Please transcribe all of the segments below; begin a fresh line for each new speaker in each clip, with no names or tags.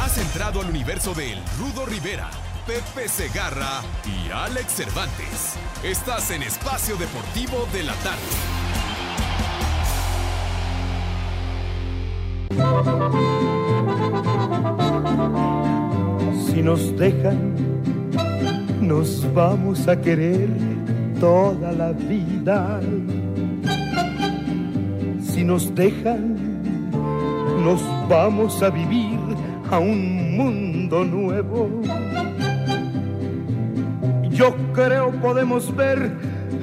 Has entrado al universo de El Rudo Rivera, Pepe Segarra y Alex Cervantes. Estás en Espacio Deportivo de la Tarde.
Si nos dejan, nos vamos a querer toda la vida. Si nos dejan, nos vamos a vivir a un mundo nuevo. Yo creo podemos ver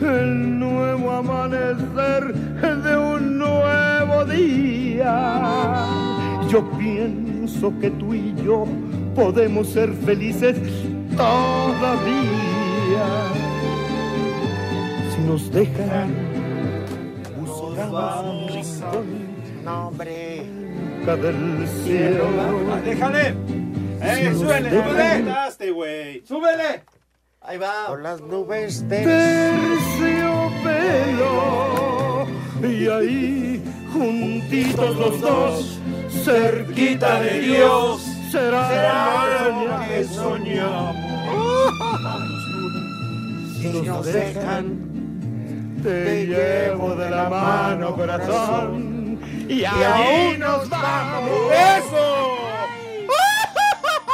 el nuevo amanecer de un nuevo día. Yo pienso que tú y yo podemos ser felices todavía. Si nos dejan, buscamos un rincón
No, hombre.
cerca del cielo.
¡Déjale! ¡Eh,
nos
súbele!
dejan.
súbele. Mataste, güey! ¡Súbele!
Ahí va. Por las nubes de...
terciopelo y ahí juntitos los dos cerquita de Dios será, lo que
Si nos dejan,
te llevo de la mano corazón y ahí nos vamos
¡Eso!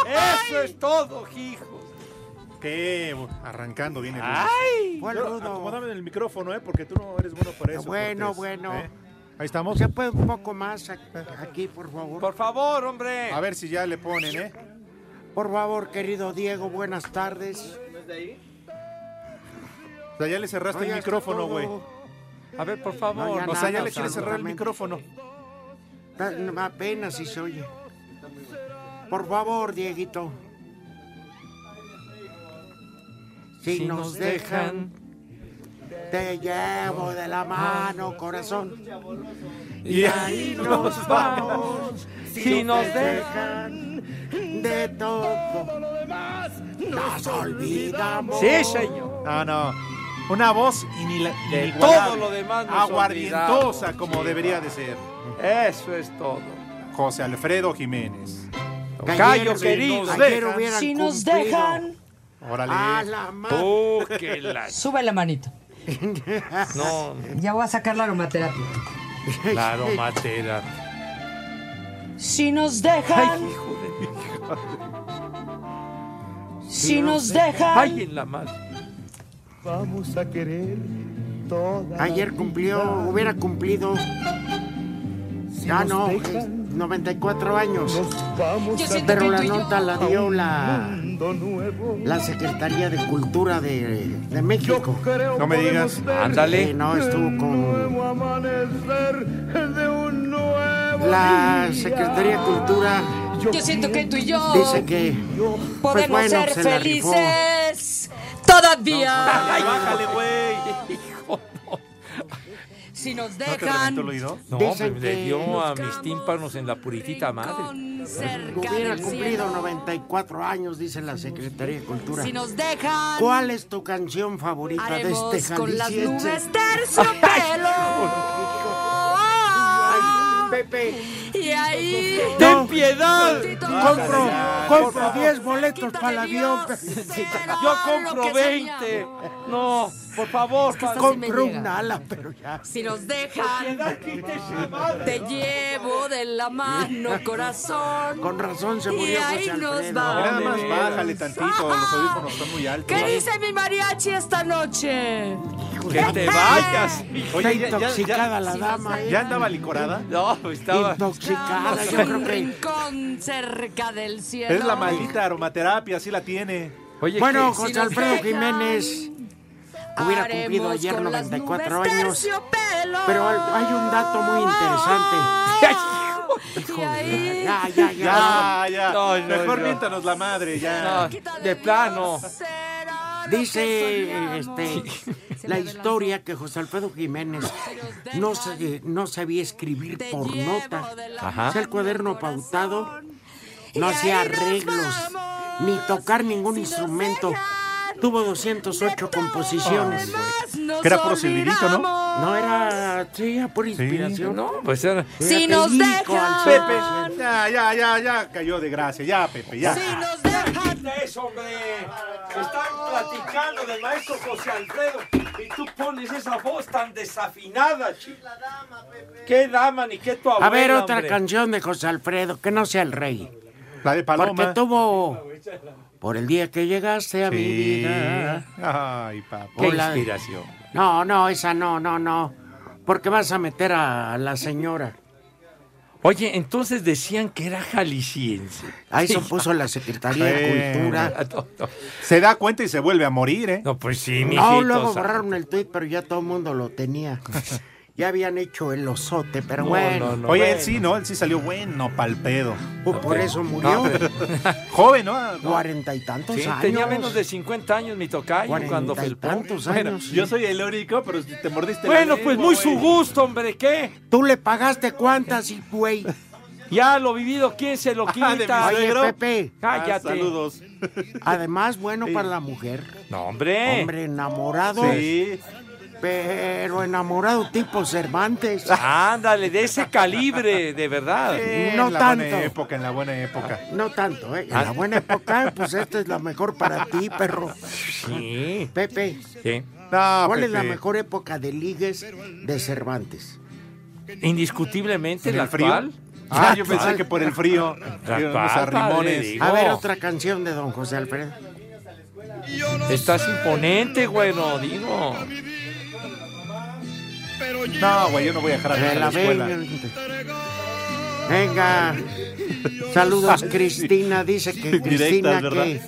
Eso es todo, hijo.
¡Qué! bu- Arrancando viene el
¡Ay!
fue el
Pero
rudo.
Acomódame en el micrófono, ¿eh? Porque tú no eres bueno para eso.
Bueno,
Cortés,
bueno.
¿eh? Ahí estamos.
¿Se puede un poco más a- aquí, por favor?
Por favor, hombre.
A ver si ya le ponen, ¿eh?
Por favor, querido Diego, buenas tardes.
O sea, ya le cerraste
No, ya
el
está
micrófono,
todo.
güey.
A ver, por
No,
favor.
ya
O sea, ya
nada,
le quieres cerrar el
absolutamente.
micrófono.
Tan- Apenas si se oye. Por favor, Dieguito. Si, nos, dejan, te llevo de la mano, corazón.
Y
Ahí nos vamos.
Si nos
dejan de todo, nos olvidamos.
Sí, señor.
No, no. Una voz inila-
De
inigualable.
todo lo demás nos
Aguardientosa,
olvidamos.
como
Sí,
debería
va.
de ser.
Eso es todo.
José Alfredo Jiménez.
Que
Callo,
ayer-
querido.
ayer hubieran
Si nos
cumplido.
dejan,
Órale.
A la madre.
Tú, que la...
sube la manito.
No,
Ya voy a sacar la aromaterapia.
la aromatera.
Si nos
Ay,
dejan,
hijo de...
si nos dejan,
Ay, en la madre.
vamos a querer toda la
Ayer cumplió,
vida.
hubiera cumplido.
Si
Ya
nos
no, eh,
dejan,
94 años.
nos vamos
Yo
a
siento
Pero
que
la
tú y yo-
nota la
a
dio
un
la,
mundo nuevo.
la Secretaría de Cultura de, de
Yo
México.
creo
No me
podemos
digas.
ver
Ándale.
Sí, no, estuvo con
nuevo amanecer de un nuevo
la
día.
Secretaría de Cultura.
yo siento que tú y yo
Dice que pues
podemos
bueno,
ser
se la rifó.
felices todavía.
Ay, bájale, pues. güey. Hijo, no.
Si nos
¿No te reventó el
dejan,
oído?
No,
Dicen
pues, le
que
dio a
buscamos
mis tímpanos en la puritita madre.
rincón cerca
hubiera
del
cumplido
cielo.
94 años, dice la Secretaría de Cultura.
Si nos dejan,
¿Cuál es tu canción favorita de
haremos
este
con las
jalisciense?
nubes terciopelo.
Ay, Pepe,
Y ahí.
¡Ten piedad!
Compro, compro 10 boletos para el avión.
Yo compro 20. No, por favor,
que
padre.
estás-
Compro un ala, pero ya.
Si nos dejan,
Quítese, madre.
te llevo de la mano, corazón.
Con razón se
y
murió
ahí
José
nos
Alfredo.
va.
Nada
de
más
veras.
bájale tantito, los audífonos están muy altos.
¿Qué dice mi mariachi esta noche?
Que te vayas.
Está intoxicada la dama.
eh.
¿Ya andaba licorada?
No, estaba.
Intoxicada, yo
en
creo
un
que.
rincón cerca del cielo.
Es la maldita aromaterapia, así la tiene.
Oye,
Bueno,
¿qué-
José
nos
Alfredo
dejan,
Jiménez hubiera cumplido
haremos
ayer
con las
94
nubes
años.
terciopelo.
Pero hay hay un dato muy
Y ahí,
interesante. Ya, ya, ya.
Ya, ya.
No, no,
Mejor
no.
miéntanos la madre, ya.
No. de plano.
será lo que
Dice
soñamos.
este, la historia que José Alfredo Jiménez no, se- no sabía escribir
Te
por
llevo
nota.
de la
Ajá.
O sea, el cuaderno
corazón.
pautado
Y
no
ahí
hacía
nos
arreglos,
vamos.
ni tocar ningún
Si nos
instrumento.
dejan,
Tuvo 208 composiciones.
más nos
Que era puro silbidito, ¿no?
olvidamos.
No era, sí, era pura inspiración.
No, pues era.
Si nos
Federico
dejan,
Alfredo.
Pepe, ya, ya, ya, ya cayó de gracia, ya, Pepe, ya.
si nos dejan,
eso, hombre! Están platicando del maestro José Alfredo y tú pones esa voz tan desafinada, chico. ¿Qué dama ni qué tu abuela,
A ver, otra
hombre?
canción de José Alfredo, que no sea el rey.
La de
Porque
Paloma.
tuvo, por el día que llegaste a mi
Sí.
vida.
Ay, papá.
¡Qué
Hola.
inspiración!
No, no, esa no, no, no. Porque vas a meter a la señora.
Oye, entonces decían que era jalisciense.
Ahí se puso la Secretaría
Bueno.
de Cultura.
No, no.
Se da cuenta y se vuelve a morir, ¿eh?
No, pues sí, mi
No, luego borraron el tuit, pero ya todo el mundo lo tenía. Ya habían hecho el osote, pero bueno.
no,
Oye,
bueno.
él sí, ¿no? Él sí salió bueno pal pedo.
Pues Por eso murió.
Joven, ¿no?
Cuarenta y tantos
Sí,
años.
tenía menos de 50 años mi tocayo
Cuarenta
cuando
y
felpó.
tantos años.
soy el único, pero te mordiste la
Bueno, pues
lengua,
muy
güey.
su gusto, hombre, ¿qué?
¿Tú le pagaste cuántas, y güey?
Ya lo vivido, ¿quién se lo
Ah, de mi
quita?
Oye,
suegro.
Pepe.
Ah,
Cállate.
saludos.
Además, bueno para la mujer.
No, hombre.
Hombre enamorado,
Eh. Sí.
pero enamorado tipo Cervantes.
Ah.
Ándale, de ese calibre, de verdad.
No
en la
tanto.
buena época, en la buena época.
No tanto, ¿eh? En la buena época, pues esta es la mejor para ti, perro.
Sí.
Pepe,
sí.
No,
¿cuál es la
Pepe.
mejor época de ligues de Cervantes?
Indiscutiblemente
¿En
la
el frío?
actual.
Ah, yo
Actual.
pensé que por el frío.
La
Vieron
actual,
Unos
padre,
arrimones.
digo.
A ver, otra canción de don José Alfredo.
Estás imponente, güey, no, digo.
No, güey, yo no voy a dejar a mi hija
De
en
la
la escuela.
Venga. Saludos, Cristina. Dice que
Directas,
Cristina
¿verdad?
que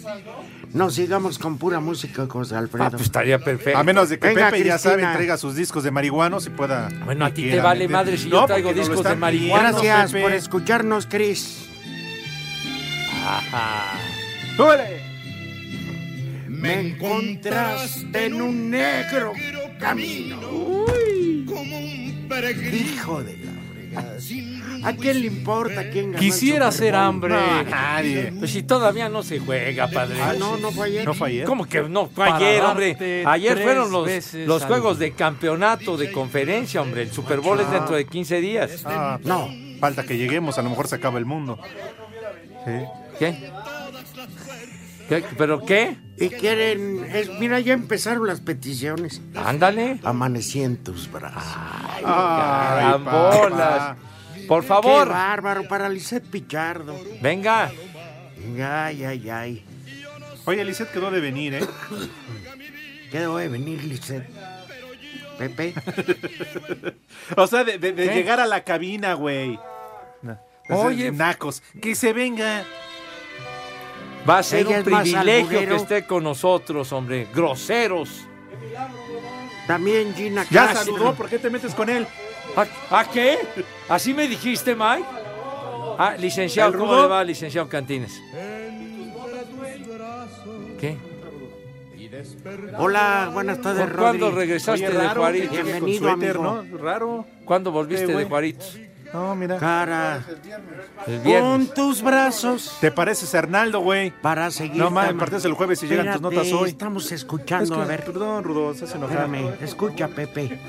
nos sigamos con pura música, José
Ah,
Alfredo.
pues estaría perfecto.
A menos de que
Venga,
Pepe, ya
Cristina.
sabe, entrega sus discos de marihuanos y pueda.
Bueno, a
que
ti te
quiera
vale
vender.
madre si yo traigo
porque nos lo
discos de
están
marihuana.
pidiendo,
Gracias
Pepe.
por escucharnos, Cris.
¡Súbele!
Me encontraste en un negro camino. Hijo de la fregada. ¿A quién le importa quién ganó el
Quisiera
Super
ser
Bowl?
hambre.
No, nadie.
Pues si todavía no se juega, padre.
Ah, no, no fue ayer.
No fue ayer.
¿Cómo que no? Fue
Para
ayer,
darte
hombre. Ayer
tres
fueron los,
veces
los
al-
juegos de campeonato, de conferencia, hombre. El Super Bowl es dentro de 15 días.
Ah,
No.
Falta que lleguemos, a lo mejor se acaba el mundo. Sí.
¿Qué? ¿Qué? ¿Pero qué?
Y quieren. es- mira, ya empezaron las peticiones.
Ándale.
Amanecí en tus brazos.
Ay,
Carambolas.
papá.
Por
Qué
favor,
bárbaro para Lisette Pichardo.
venga.
Ay, ay, ay.
Oye, Lisette quedó de venir, ¿eh?
¿Qué debo de venir, Lisette? Pepe.
O sea, de, de- de llegar a la cabina, güey.
Oye.
Oye, nacos, que se venga.
Va a ser
Ella
un
es más
privilegio
alburero.
que esté con nosotros, hombre. Groseros.
También Gina
Ya
Castro.
saludó, ¿por qué te metes con él?
¿A, a qué? ¿Así me dijiste, Mike? Ah, licenciado,
¿El
¿cómo
rudo?
le va, licenciado Cantines? ¿Qué?
Hola, buenas tardes,
¿Cu- ¿Cuándo
Rodri.
regresaste de
que
Juaritos?
que-
llegue con
Bienvenido,
suéter,
amigo.
¿no? Raro.
¿Cuándo volviste
Qué
de
bueno.
Juaritos?
No, mira.
Cara,
El viernes.
con tus brazos
Te pareces a Arnaldo, güey.
para seguir.
No mames,
Tama.
partes el jueves y llegan tus
Espérate,
notas hoy.
Estamos
Es
escuchando,
que-
a ver.
Perdón, Rudo, estás enojado.
Espérame, escucha, Pepe.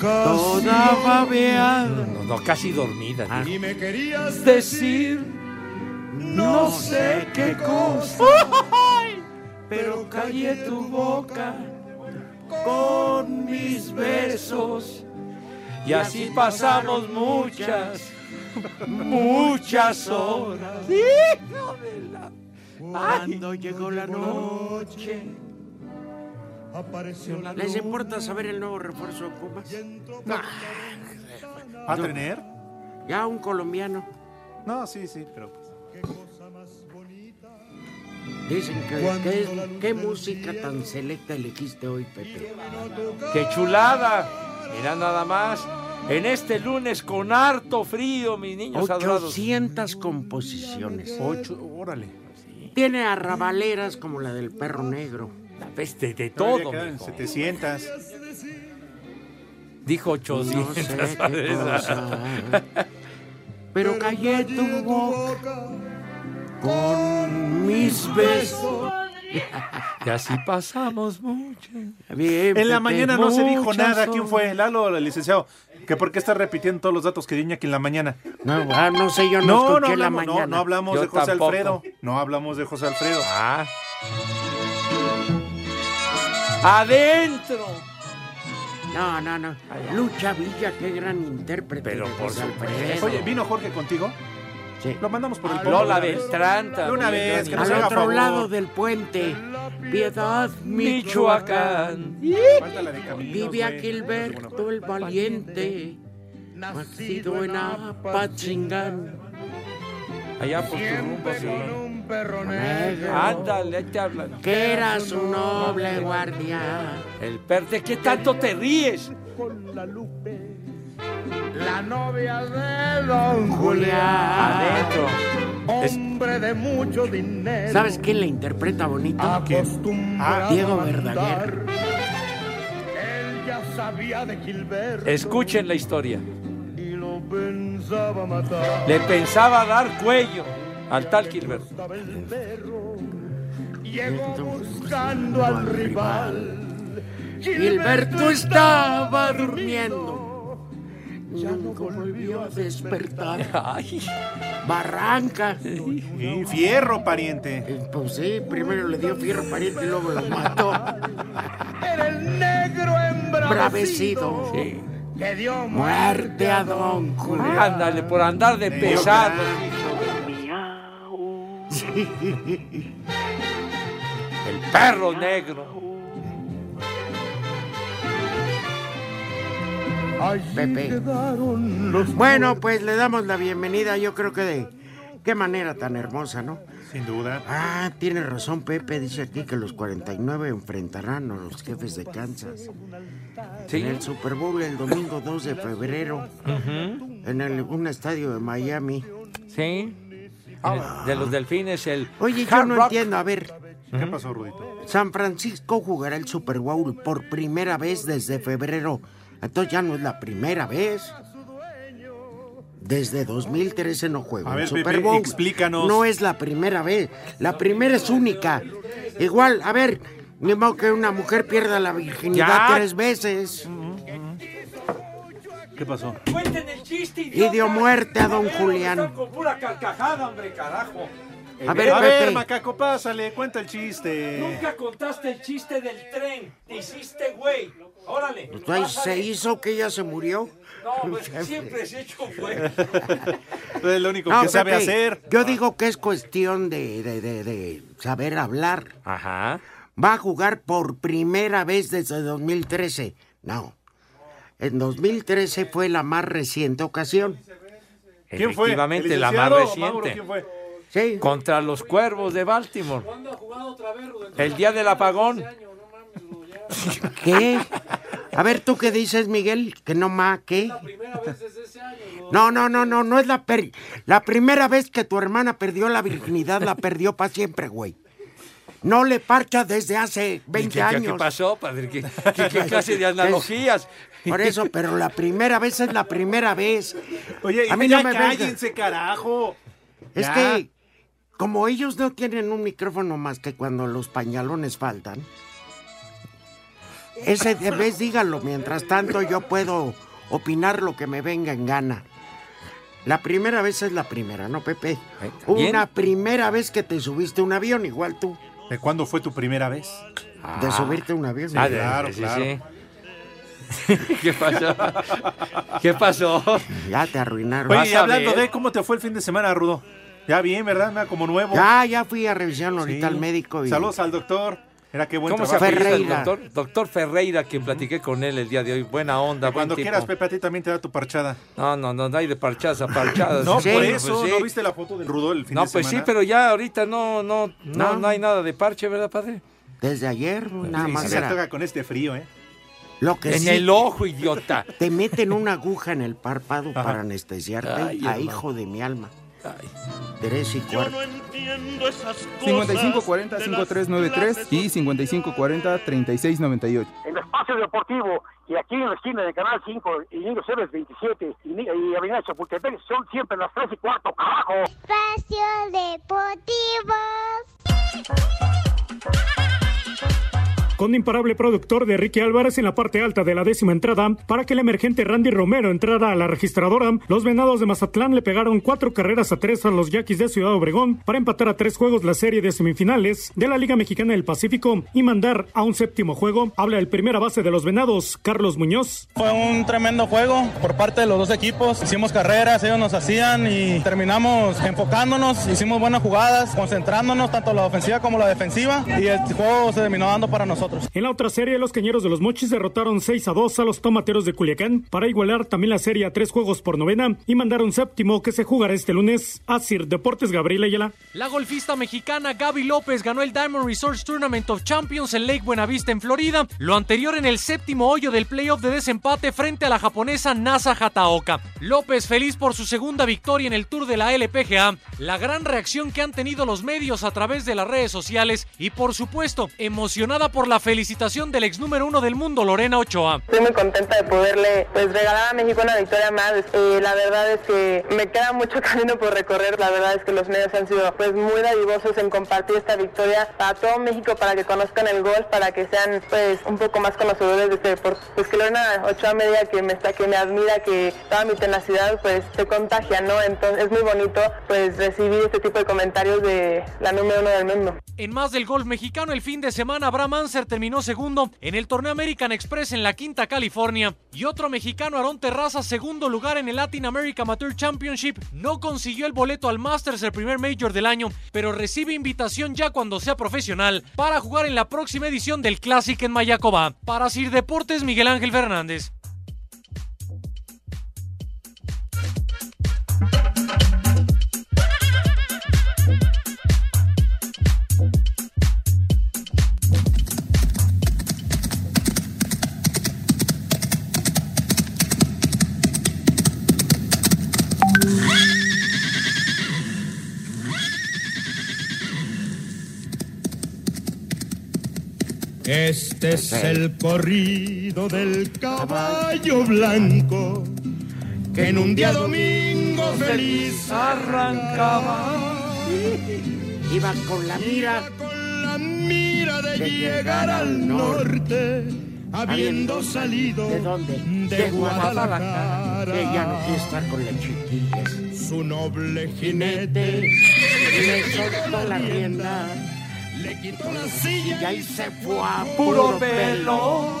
Toda babeada. No, no, casi dormida.
Y me querías
decir no sé qué cosa, pero callé tu boca con mis besos y así pasamos muchas, muchas horas. Cuando llegó la noche,
apareció la
¿Les importa saber el nuevo refuerzo, Pumas? Ah,
¿Va a tener?
Ya un colombiano.
No, sí, sí, pero. pues,
Dicen que, que es- qué música tan selecta elegiste hoy, Pepe.
qué chulada. Mira nada más. En este lunes con harto frío, mis niños adorados.
800 composiciones.
Ocho, órale.
Tiene arrabaleras como la del perro negro.
La peste de
todavía
todo,
quedan
mijo.
700.
Dijo
No
800.
sé qué cosa. Pero callé tu boca con mis besos.
Y así pasamos mucho.
Bien,
En la
Pepe.
mañana no se dijo
muchas
nada. ¿Quién
horas.
fue? ¿Lalo o el licenciado? ¿Que ¿Por qué está repitiendo todos los datos que dio Iñaki en la mañana?
No, ah, no sé, yo no,
No, no
escuché la
hablamos,
mañana.
no, no hablamos
Yo
de José
tampoco.
Alfredo. No hablamos de José Alfredo.
Ah. Adentro.
No, no, no. Lucha Villa, qué gran intérprete.
Pero
de
por
José
supuesto.
Alfredo.
Oye, ¿vino Jorge contigo?
Sí.
Lo mandamos
Ah,
por el
Lola
de
Beltrán también.
De una vez, que nos
Al
haga
otro
favor.
lado del puente, Piedad, Michoacán.
Michoacán.
Falta la de Caminos,
Vive
güey.
Aquilberto el valiente, nacido en Apachingán.
Allá por tu rumbo. sí.
Negro,
Ándale, ahí te hablan.
que eras un noble guardián.
El per ¿de qué tanto te ríes?
La novia de Don
Julián.
Adentro.
hombre de mucho dinero.
¿Sabes quién le interpreta bonito?
Acostumbra
Ah, Diego Verdaguer.
Él ya sabía de Gilberto
Escuchen la historia.
y lo pensaba matar.
Le pensaba dar cuello al tal Gilberto.
Estaba el perro. Llegó buscando al rival.
Gilberto estaba durmiendo. Nunca volvió a despertar.
Ay,
Barranca.
Y fierro, pariente.
Eh, Pues sí, primero le dio fierro pariente y luego lo mató.
Era el negro embravecido.
Bravecido.
sí.
Le dio
Muerte a don Julián.
Ándale, por andar de pesado. El perro negro.
Allí
Pepe.
quedaron los
Bueno, pues le damos la bienvenida, yo creo que de qué manera tan hermosa, ¿no?
Sin duda.
Ah, tiene razón Pepe, dice aquí que los 49 enfrentarán a los jefes de Kansas en
Sí.
el Super Bowl el domingo 2 de febrero en el- un estadio de Miami.
Sí. De los delfines, el.
Ah. Oye, yo
Hard
no
Rock.
entiendo, a ver,
¿Qué pasó, Rudito?
San Francisco jugará el Super Bowl por primera vez desde febrero. Entonces ya no es la primera vez. Desde 2013 no juega.
A
el
ver,
Super
Pepe,
Bowl.
explícanos.
No es la primera vez. La primera es única. Igual, a ver, ni modo que una mujer pierda la virginidad
Ya.
tres veces.
Eh,
¿Qué pasó?
Cuenten el chiste,
dio
idiota.
muerte a don
ver,
Julián.
están Con pura carcajada, hombre, carajo.
A
eh,
ver,
A
Pepe.
ver, macaco, pásale, cuenta el chiste.
Nunca contaste el chiste del tren. Te hiciste, güey. Órale.
Ay,
pásale.
Pues se hizo que ella se murió.
No, pues siempre se hecho, güey.
Tú eres lo único
No,
que sabe
Pepe,
hacer. Ah.
Yo digo que es cuestión de, de- de- de saber hablar.
Ajá.
Va a jugar por primera vez desde 2013. No. En 2013 fue la más reciente ocasión.
¿Quién fue?
Efectivamente,
¿El
la más
licenciado o Mauro?
reciente.
¿Quién fue?
Sí.
Contra los cuervos de Baltimore. El día del apagón.
¿Qué? A ver, ¿tú qué dices, Miguel? Que no ma, ¿qué? No, no, no, no, no es la per... La primera vez que tu hermana perdió la virginidad, la perdió para siempre, güey. No le parcha desde hace
¿Y
20
¿Qué, qué,
años.
qué pasó, padre? ¿Qué, qué- qué clase de analogías?
Por eso, pero la primera vez es la primera vez.
Oye,
a mí
ya
no me venga.
cállense, carajo.
Es
Ya.
que, como ellos no tienen un micrófono más que cuando los pañalones faltan, Ese de vez díganlo, mientras tanto yo puedo opinar lo que me venga en gana. La primera vez es la primera, ¿no, Pepe?
bien.
Una primera vez que te subiste a un avión, igual tú.
¿De cuándo fue tu primera vez?
De subirte a un avión.
Ah,
igual.
claro,
sí,
claro.
sí. ¿Qué pasó? ¿Qué pasó?
Ya te arruinaron.
Oye,
Vas
y
a
hablando
ver.
de cómo te fue el fin de semana, Rudo. Ya bien, ¿verdad? Nada como nuevo.
Ya, ya fui a revisión
Sí.
ahorita al médico y
Saludos al doctor. Era que buen
¿Cómo se
trabajo.
apellida el
Ferreira.
doctor? Doctor Ferreira, que platiqué con él el día de hoy. Buena onda, buen
Cuando
tipo.
quieras, Pepe, a ti también te da tu parchada.
No, no, no, no hay de parchadas a parchadas.
No,
Sí,
por
pues
eso,
sí.
¿no viste la foto del Rudo el fin
No,
de
pues
semana?
sí, pero ya ahorita no, no, no,
No.
no hay nada de parche, ¿verdad, padre?
desde ayer, nada
Sí, sí
más
se
era.
toca con este frío, ¿eh?
Lo que
en
sí,
el ojo, idiota.
te meten una aguja en el párpado para anestesiarte.
Ay,
a
hermano.
hijo de mi alma.
Ay.
Tres y cuarto.
5540-5393 y 5540-3698.
En el espacio deportivo, y aquí en la esquina de Canal 5 y Niño Ceres 27 y, Ni- y Avenida Chapultepec, son siempre las 3 y cuarto, carajo.
Espacio Deportivo.
Con imparable productor de Ricky Álvarez en la parte alta de la décima entrada, para que el emergente Randy Romero entrara a la registradora, los venados de Mazatlán le pegaron cuatro carreras a tres a los Yaquis de Ciudad Obregón para empatar a tres juegos la serie de semifinales de la Liga Mexicana del Pacífico y mandar a un séptimo juego. Habla el primera base de los venados, Carlos Muñoz.
Fue un tremendo juego por parte de los dos equipos. Hicimos carreras, ellos nos hacían y terminamos enfocándonos, hicimos buenas jugadas, concentrándonos tanto la ofensiva como la defensiva y el juego se terminó dando para nosotros.
En la otra serie, los cañeros de los Mochis derrotaron 6 a 2 a los tomateros de Culiacán para igualar también la serie a tres juegos por novena y mandar un séptimo que se jugará este lunes a Sir Deportes Gabriel Ayala.
La golfista mexicana Gaby López ganó el Diamond Resorts Tournament of Champions en Lake Buenavista, en Florida, lo anterior en el séptimo hoyo del playoff de desempate frente a la japonesa Nasa Hataoka. López feliz por su segunda victoria en el Tour de la LPGA, la gran reacción que han tenido los medios a través de las redes sociales y por supuesto emocionada por la felicitación del ex número uno del mundo Lorena Ochoa.
Estoy muy contenta de poderle pues regalar a México una victoria más. Eh, la verdad es que me queda mucho camino por recorrer. La verdad es que los medios han sido pues muy dadivosos en compartir esta victoria para todo México, para que conozcan el golf, para que sean pues un poco más conocedores de este deporte. Pues que Lorena Ochoa me diga que me está, que me admira, que toda mi tenacidad pues se contagia, ¿no? Entonces es muy bonito pues recibir este tipo de comentarios de la número uno del mundo.
En más del golf mexicano, el fin de semana Abraham Anser terminó segundo en el torneo American Express en la Quinta California. Y otro mexicano, Aarón Terraza, segundo lugar en el Latin America Amateur Championship, no consiguió el boleto al Masters, el primer major del año, pero recibe invitación ya cuando sea profesional para jugar en la próxima edición del Classic en Mayacoba. Para Sir Deportes, Miguel Ángel Fernández.
Este es el corrido del caballo blanco que en un día domingo feliz arrancaba
Iba con la mira.
con la mira de llegar al norte habiendo salido
¿De dónde?
de Guadalajara.
Que ya no quiere estar con las chiquillas.
Su noble
Nete,
jinete
le soltó la rienda
le quitó la
y
silla
ahí
y
se fue a
Puro pelo.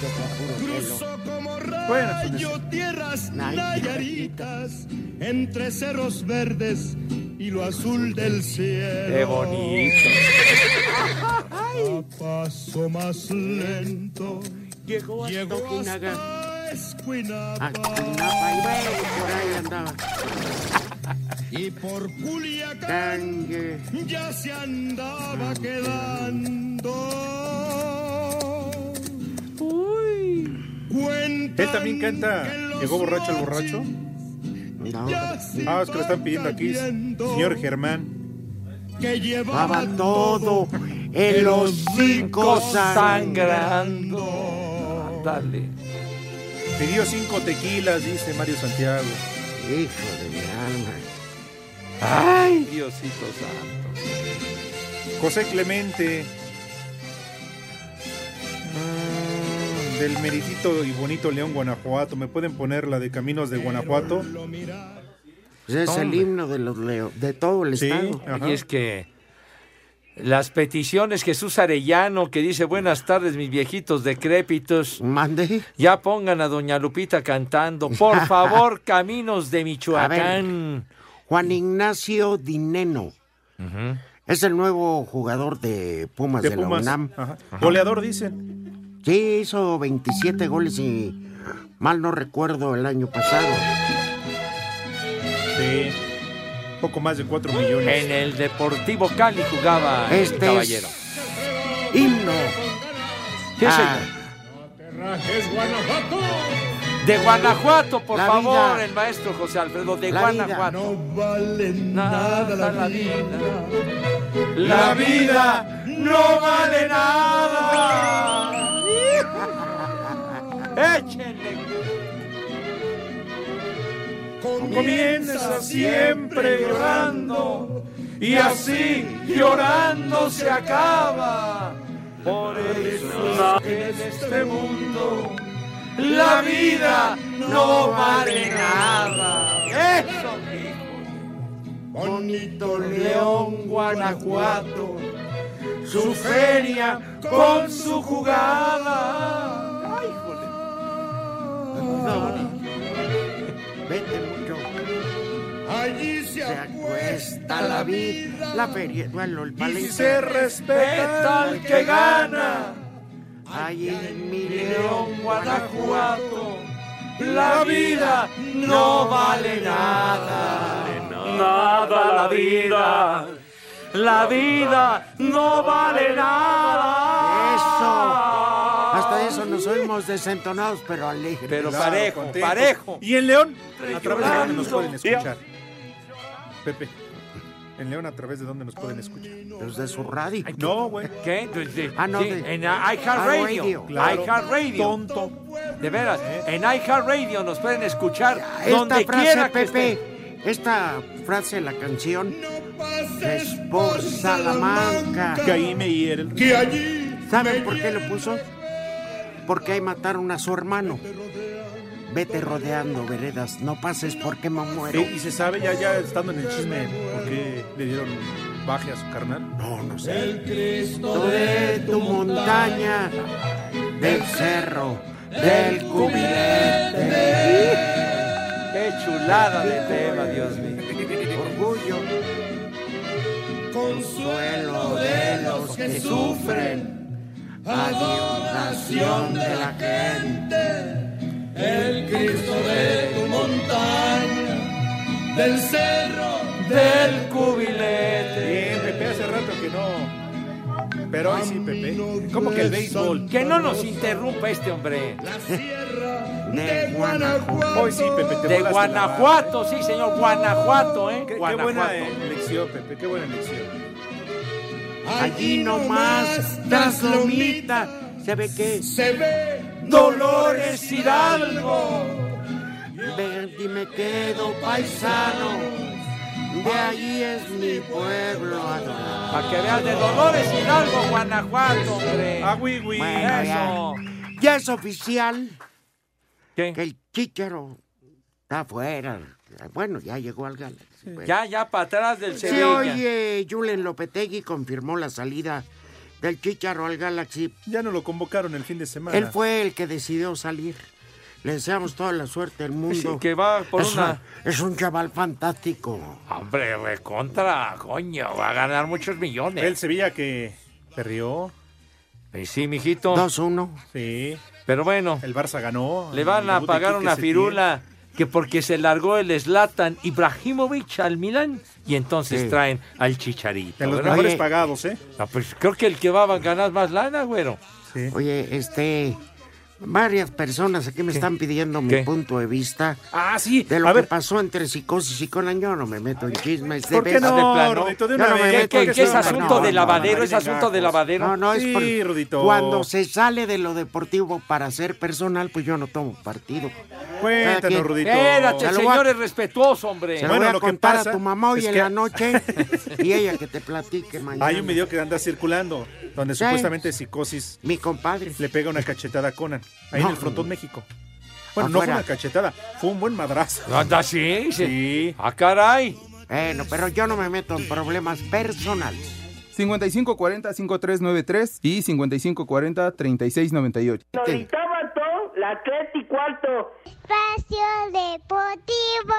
Se fue a puro pelo.
cruzó como
Bueno, pues,
rayo tierras
Nayarit.
nayaritas entre cerros verdes y lo azul del cielo.
Qué bonito.
A paso más lento
Llegó hasta
llegó
Okinaga.
hasta Escuinapa
A Cuinapa, y bueno, por ahí andaba.
y por Culiacán
Tangue.
ya se andaba quedando. Cuenta
Él también canta Llegó borracho el borracho.
No,
Ah, es que lo están pidiendo aquí. Señor Germán.
que llevaba
daba todo. El hocico sangra.
Sangrando. Dale.
Pidió cinco tequilas, dice Mario Santiago.
Hijo de mi alma.
Ay, Diosito santo.
José Clemente.
mm, del meritito y bonito León Guanajuato. ¿Me pueden poner la de Caminos de Guanajuato?
Pues es el
Hombre.
himno de los Leo, de todo el estado.
Y es que las peticiones, Jesús Arellano, que dice, buenas tardes, mis viejitos decrépitos.
Mande.
Ya pongan a doña Lupita cantando. Por favor, caminos de Michoacán.
Juan Ignacio Dineno.
Ujú.
Es el nuevo jugador de Pumas de,
De
la
Pumas.
UNAM.
Ajá. Goleador, dicen.
Sí, hizo 27 goles y mal no recuerdo el año pasado.
Sí. Poco más de 4 millones.
En el Deportivo Cali jugaba el
Este
caballero.
es himno.
Sí,
Ah,
De Guanajuato, por
La
favor,
vida.
el maestro José Alfredo, de
La
Guanajuato. No vale nada la vida. La
vida
no vale nada. Échenle.
Comienza siempre llorando y así llorando se acaba. Por eso es que en este mundo la vida no vale nada. Eso, Bonito León, Guanajuato, su feria con su jugada. Ay,
Vete mucho.
Allí se
acuesta la vida. La feria, bueno, el
Y
palenque.
se respeta al que gana.
Ahí en mi
León,
león,
Guanajuato, la vida no vale nada. Nada la vida. La vida no vale nada.
Eso. Hasta eso nos oímos desentonados, pero alegres.
Pero
Claro,
parejo,
contentos.
parejo.
Y en León, a través de dónde nos pueden escuchar. Ah, Pepe. En León, a través de dónde nos pueden escuchar.
Desde su radio.
No, güey.
¿Qué? Desde-
Ah, no,
sí,
de-
en iHeartRadio.
Radio, claro.
iHeartRadio.
Tonto.
De veras, en iHeartRadio nos pueden escuchar
Esta
donde quiera
frase,
que estén.
Pepe, esta frase, la canción, es por Salamanca.
Que ahí me hiere el-
Que allí ¿Saben por qué lo puso? Porque ahí mataron a su hermano. Vete rodeando veredas, no pases porque me muero.
Sí, y se sabe ya, ya estando en el chisme por qué le dieron baje a su carnal.
No, no sé. El Cristo de tu montaña, del cerro, del cubilete.
Qué chulada de tema, Dios mío.
Orgullo. Consuelo de los que sufren, adoración de la gente.
El Cristo de tu montaña, del cerro del cubilete.
Bien, Pepe, hace rato que no. Pero hoy sí, Pepe. ¿Cómo que el béisbol?
Que no nos interrumpa este hombre.
De
Guanajuato. Hoy sí, Pepe, te
De
volaste la-
Guanajuato, sí, señor. Guanajuato, ¿eh?
Qué, qué
Guanajuato.
buena elección, Pepe, qué buena elección.
Allí nomás, tras lomita, se ve que
Se ve Dolores Hidalgo.
Ven y me quedo paisano, de allí es mi pueblo adorado.
Para que veas de Dolores Hidalgo, Guanajuato, hombre.
Ah, güey, güey.
Bueno, ya.
Eso.
Ya es oficial que el chicharo está afuera. Bueno, ya llegó al Galaxy. pues.
Ya, ya, para atrás del
Sí,
Sevilla.
hoy eh, Julen Lopetegui confirmó la salida del Chicharo al Galaxy.
Ya no lo convocaron el fin de semana.
Él fue el que decidió salir. Le deseamos toda la suerte del mundo.
Sí, que va por
es
una-
Es un chaval fantástico.
Hombre, recontra, coño. Va a ganar muchos millones.
El Sevilla que perdió.
Y sí, mijito.
2-1.
Sí.
Pero bueno,
El Barça ganó.
le van a
El debut de
pagar
Quique
una
Setién.
firula que porque se largó el Zlatan Ibrahimovic al Milán y entonces
Sí.
traen al Chicharito.
De los
¿verdad?
mejores
Oye,
pagados, ¿eh?
no, pues creo que el que va a ganar más lana, güero.
Oye, este. Varias personas aquí me están pidiendo mi punto de vista.
Ah, sí.
De lo
A
que
ver.
pasó entre psicosis y con Yo no me meto en chismes. de
¿Por qué
veras.
no,
Yo
Rudito, de
no
una
me
vez?
meto
¿Qué-
en
qué es
chismes,
asunto de lavadero?
¿Es asunto de lavadero?
No, no, es
Sí,
porque
Rudito.
cuando se sale de lo deportivo para ser personal, pues yo no tomo partido. Cada quien-
Espérate,
Se
el
lo voy a-
señor es respetuoso, hombre.
se lo voy a contar a tu mamá hoy en la noche y ella que te platique mañana.
Hay un video que anda circulando donde
Sí.
supuestamente psicosis.
Mi compadre.
Le pega una cachetada a Conan. Ahí
No.
en el frontón México. Bueno, no fue
Afuera.
una cachetada, fue un buen madrazo.
Anda, sí, sí.
¡Ah,
caray!
Bueno, pero yo no me meto en problemas personales.
5540-5393 y 5540-3698.
todo, la atleta y cuarto. Espacio Deportivo.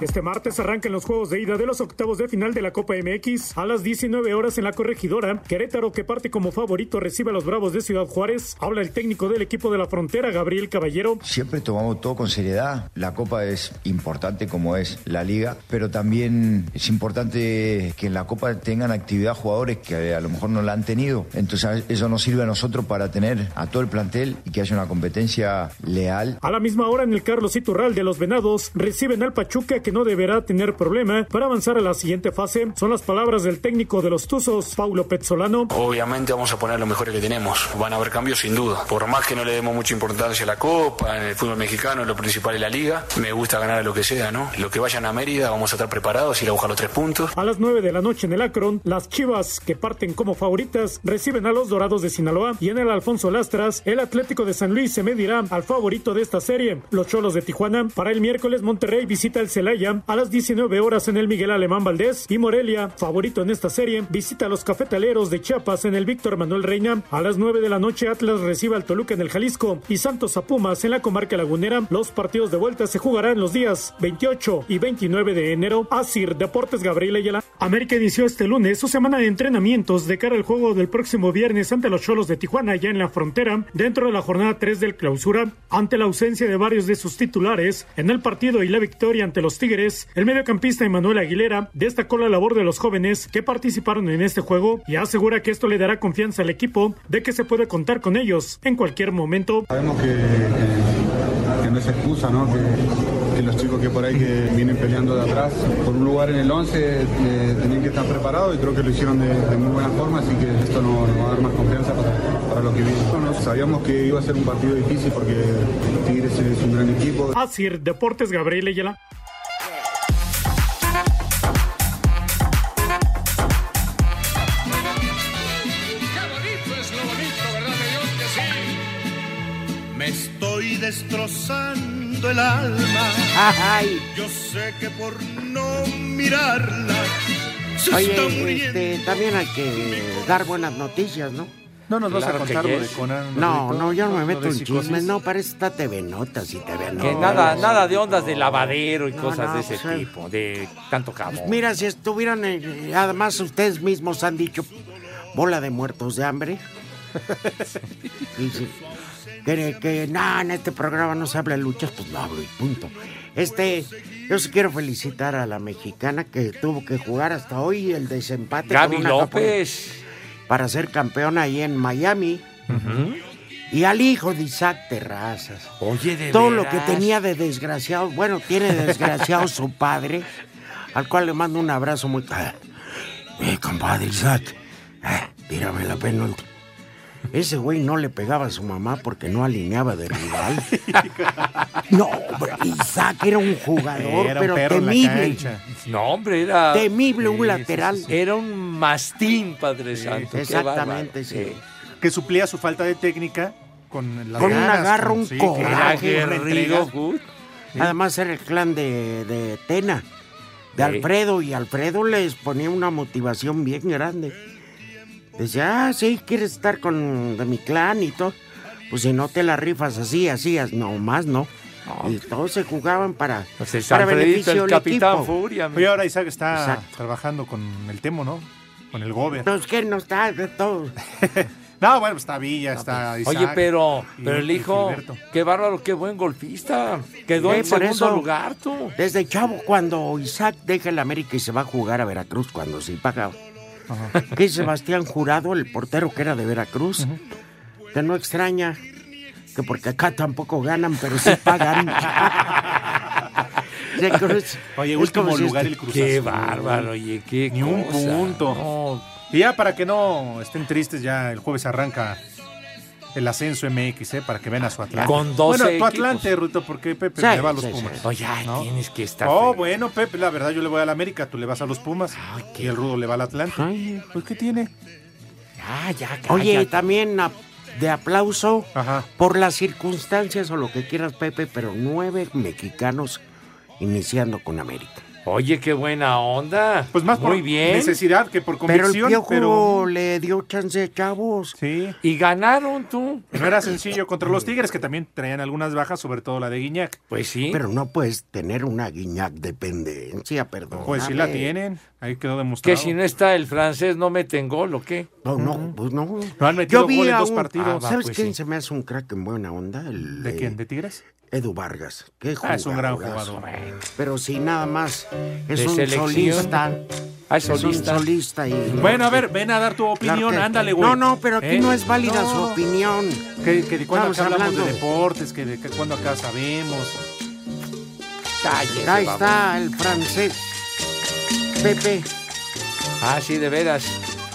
Este martes arrancan los juegos de ida de los octavos de final de la Copa MX a las 19 horas en la corregidora. Querétaro, que parte como favorito, recibe a los Bravos de Ciudad Juárez. Habla el técnico del equipo de la frontera, Gabriel Caballero.
Siempre tomamos todo con seriedad. La Copa es importante como es la Liga, pero también es importante que en la Copa tengan actividad jugadores que a lo mejor no la han tenido. Entonces eso nos sirve a nosotros para tener a todo el plantel y que haya una competencia leal.
A la misma hora en el Carlos Iturral de los Venados reciben al Pachuca que no deberá tener problema para avanzar a la siguiente fase. Son las palabras del técnico de los Tuzos, Paulo Pezzolano.
Obviamente vamos a poner lo mejor que tenemos. Van a haber cambios sin duda. Por más que no le demos mucha importancia a la Copa, en el fútbol mexicano, lo principal es la Liga. Me gusta ganar a lo que sea, ¿no? Lo que vayan a Mérida, vamos a estar preparados, ir a buscar los tres puntos.
A las 9 de la noche en el Akron, las Chivas, que parten como favoritas, reciben a los Dorados de Sinaloa y en el Alfonso Lastras, el Atlético de San Luis se medirá al favorito de esta serie, los Cholos de Tijuana. Para el miércoles, Monterrey visita el Celaya a las 19 horas en el Miguel Alemán Valdés y Morelia, favorito en esta serie, visita a los Cafetaleros de Chiapas en el Víctor Manuel Reina. A las 9 de la noche, Atlas recibe al Toluca en el Jalisco y Santos a Pumas en la comarca lagunera. Los partidos de vuelta se jugarán los días 28 y 29 de enero. Asir Deportes Gabriel Ayala. América inició este lunes su semana de entrenamientos de cara al juego del próximo viernes ante los Cholos de Tijuana ya en la frontera, dentro de la jornada 3 del clausura, ante la ausencia de varios de sus titulares en el partido y la victoria ante los Tigres, el mediocampista Emanuel Aguilera destacó la labor de los jóvenes que participaron en este juego y asegura que esto le dará confianza al equipo de que se puede contar con ellos en cualquier momento.
Sabemos que, que- que no es excusa, ¿no? Que, que los chicos que por ahí que vienen peleando de atrás por un lugar en el 11 eh, tenían que estar preparados y creo que lo hicieron de, de muy buena forma, así que esto nos, nos va a dar más confianza para, para lo que viene. Bueno, sabíamos que iba a ser un partido difícil porque Tigres es un gran equipo.
Asir Deportes Gabriel Ayala.
Me estoy destrozando el alma.
Ay.
Yo sé que por no mirarla se está
Oye,
muriendo.
este, también hay que dar buenas noticias, ¿no?
No nos vas a Claro que contar lo yes. de Conan,
No,
Rorrito.
no, yo no
Lo
me
de
meto en
psicosis.
chismes, no, para eso está TV Notas y TV Notas.
Que nada, nada de ondas de lavadero y
No,
cosas
no,
de ese
pues, eh.
tipo, de tanto cabo.
Mira, si estuvieran, eh, además ustedes mismos han dicho bola de muertos de hambre. Y si- que, que no, en este programa no se habla de luchas, pues no hablo y punto. Este, yo sí quiero felicitar a la mexicana que tuvo que jugar hasta hoy el desempate. con
Gaby
una japonesa
López.
Para ser campeona ahí en Miami. Y al hijo de Isaac Terrazas.
Oye, de
Todo lo
veras?
que tenía de desgraciado, bueno, tiene desgraciado su padre, al cual le mando un abrazo muy... Ah, Mi compadre Isaac, ah, tírame la pena. Ese güey no le pegaba a su mamá porque no alineaba de rival. No, hombre, Isaac era un jugador,
Era un
pero
perro en la
temible.
cancha. No, hombre, era.
Temible un
Sí, sí,
lateral.
sí, sí. Era un mastín, Padre Santo. qué bárbaro.
Que suplía su falta de técnica con la
Con un agarro, un
sí,
coraje.
claro, una entrega.
uh,
Además era el clan de, de Tena, de
Sí.
Alfredo, y Alfredo les ponía una motivación bien grande. Decía, ah, sí, quieres estar con de mi clan y todo. Pues si no te la rifas así, así, as- no más, no. Y todos se jugaban para,
Pues
para beneficio del equipo.
Oye, ahora Isaac está
Exacto.
trabajando con el Temo, ¿no? Con el Gober.
Pues que no está de todo.
no, bueno, está Villa, está Isaac.
Oye, pero,
y-
pero el
y
hijo,
Gilberto.
qué bárbaro, qué buen golfista. Quedó
Eh,
en
por
segundo
eso,
lugar, tú.
Desde chavo, cuando Isaac deja el América y se va a jugar a Veracruz, cuando se paga. Que Sebastián Jurado, el portero que era de Veracruz, que no extraña, que porque acá tampoco ganan, pero sí pagan. De Cruz.
Oye,
Es
último
como si
lugar
este-
el Cruz
Qué
Azul.
bárbaro, oye, qué
Ni un
cosa.
punto. Y ya para que no estén tristes, ya el jueves arranca el ascenso MX, ¿eh? Para que ven a su Atlante.
Con 12
Bueno, tu
equipos.
Atlante, Ruto, porque Pepe
Sí,
le va a los
sí, sí.
Pumas.
Oye, tienes que estar
Oh,
feliz.
bueno, Pepe, la verdad yo le voy a la América, tú le vas a los Pumas y el Rudo le va al Atlante. pues ¿qué tiene?
Ah, ya, Oye, también a- de aplauso por las circunstancias o lo que quieras, Pepe, pero nueve mexicanos iniciando con América.
Oye, qué buena onda. Pues más Muy
por
bien.
necesidad
que por
Pero el Piojo le Eh, dio chance de chavos.
Sí.
Y ganaron tú.
No era sencillo contra los Tigres, que también traían algunas bajas, sobre todo la de Guiñac.
Pues sí.
Pero no puedes tener una guiñac dependencia, perdón.
Pues sí la tienen. Ahí quedó
Que
demostrado.
si no está el francés, no meten gol o qué.
No, no, pues no.
No han metido
Yo vi
gol en
a
dos
un-
partidos.
Ah,
va,
¿Sabes
pues
quién
sí.
se me hace un crack en buena onda? El,
¿De
eh,
quién? ¿De Tigres?
Edu Vargas. Qué
Ah, es un gran
jugadorazo.
jugador.
Pero sí, nada más. Es
De
un
selección.
solista.
Ah, es
Es
solista.
un solista y-
Bueno, a ver, ven a dar tu opinión,
Claro que-
ándale, güey.
No, no, pero aquí
¿Eh?
no es válida su
No.
opinión.
Que, que de cuando
Estamos
acá hablamos
hablando.
de deportes, que de que cuando acá sabemos.
Cállese,
Ahí
babón.
está el francés. Pepe.
Ah, sí, de veras.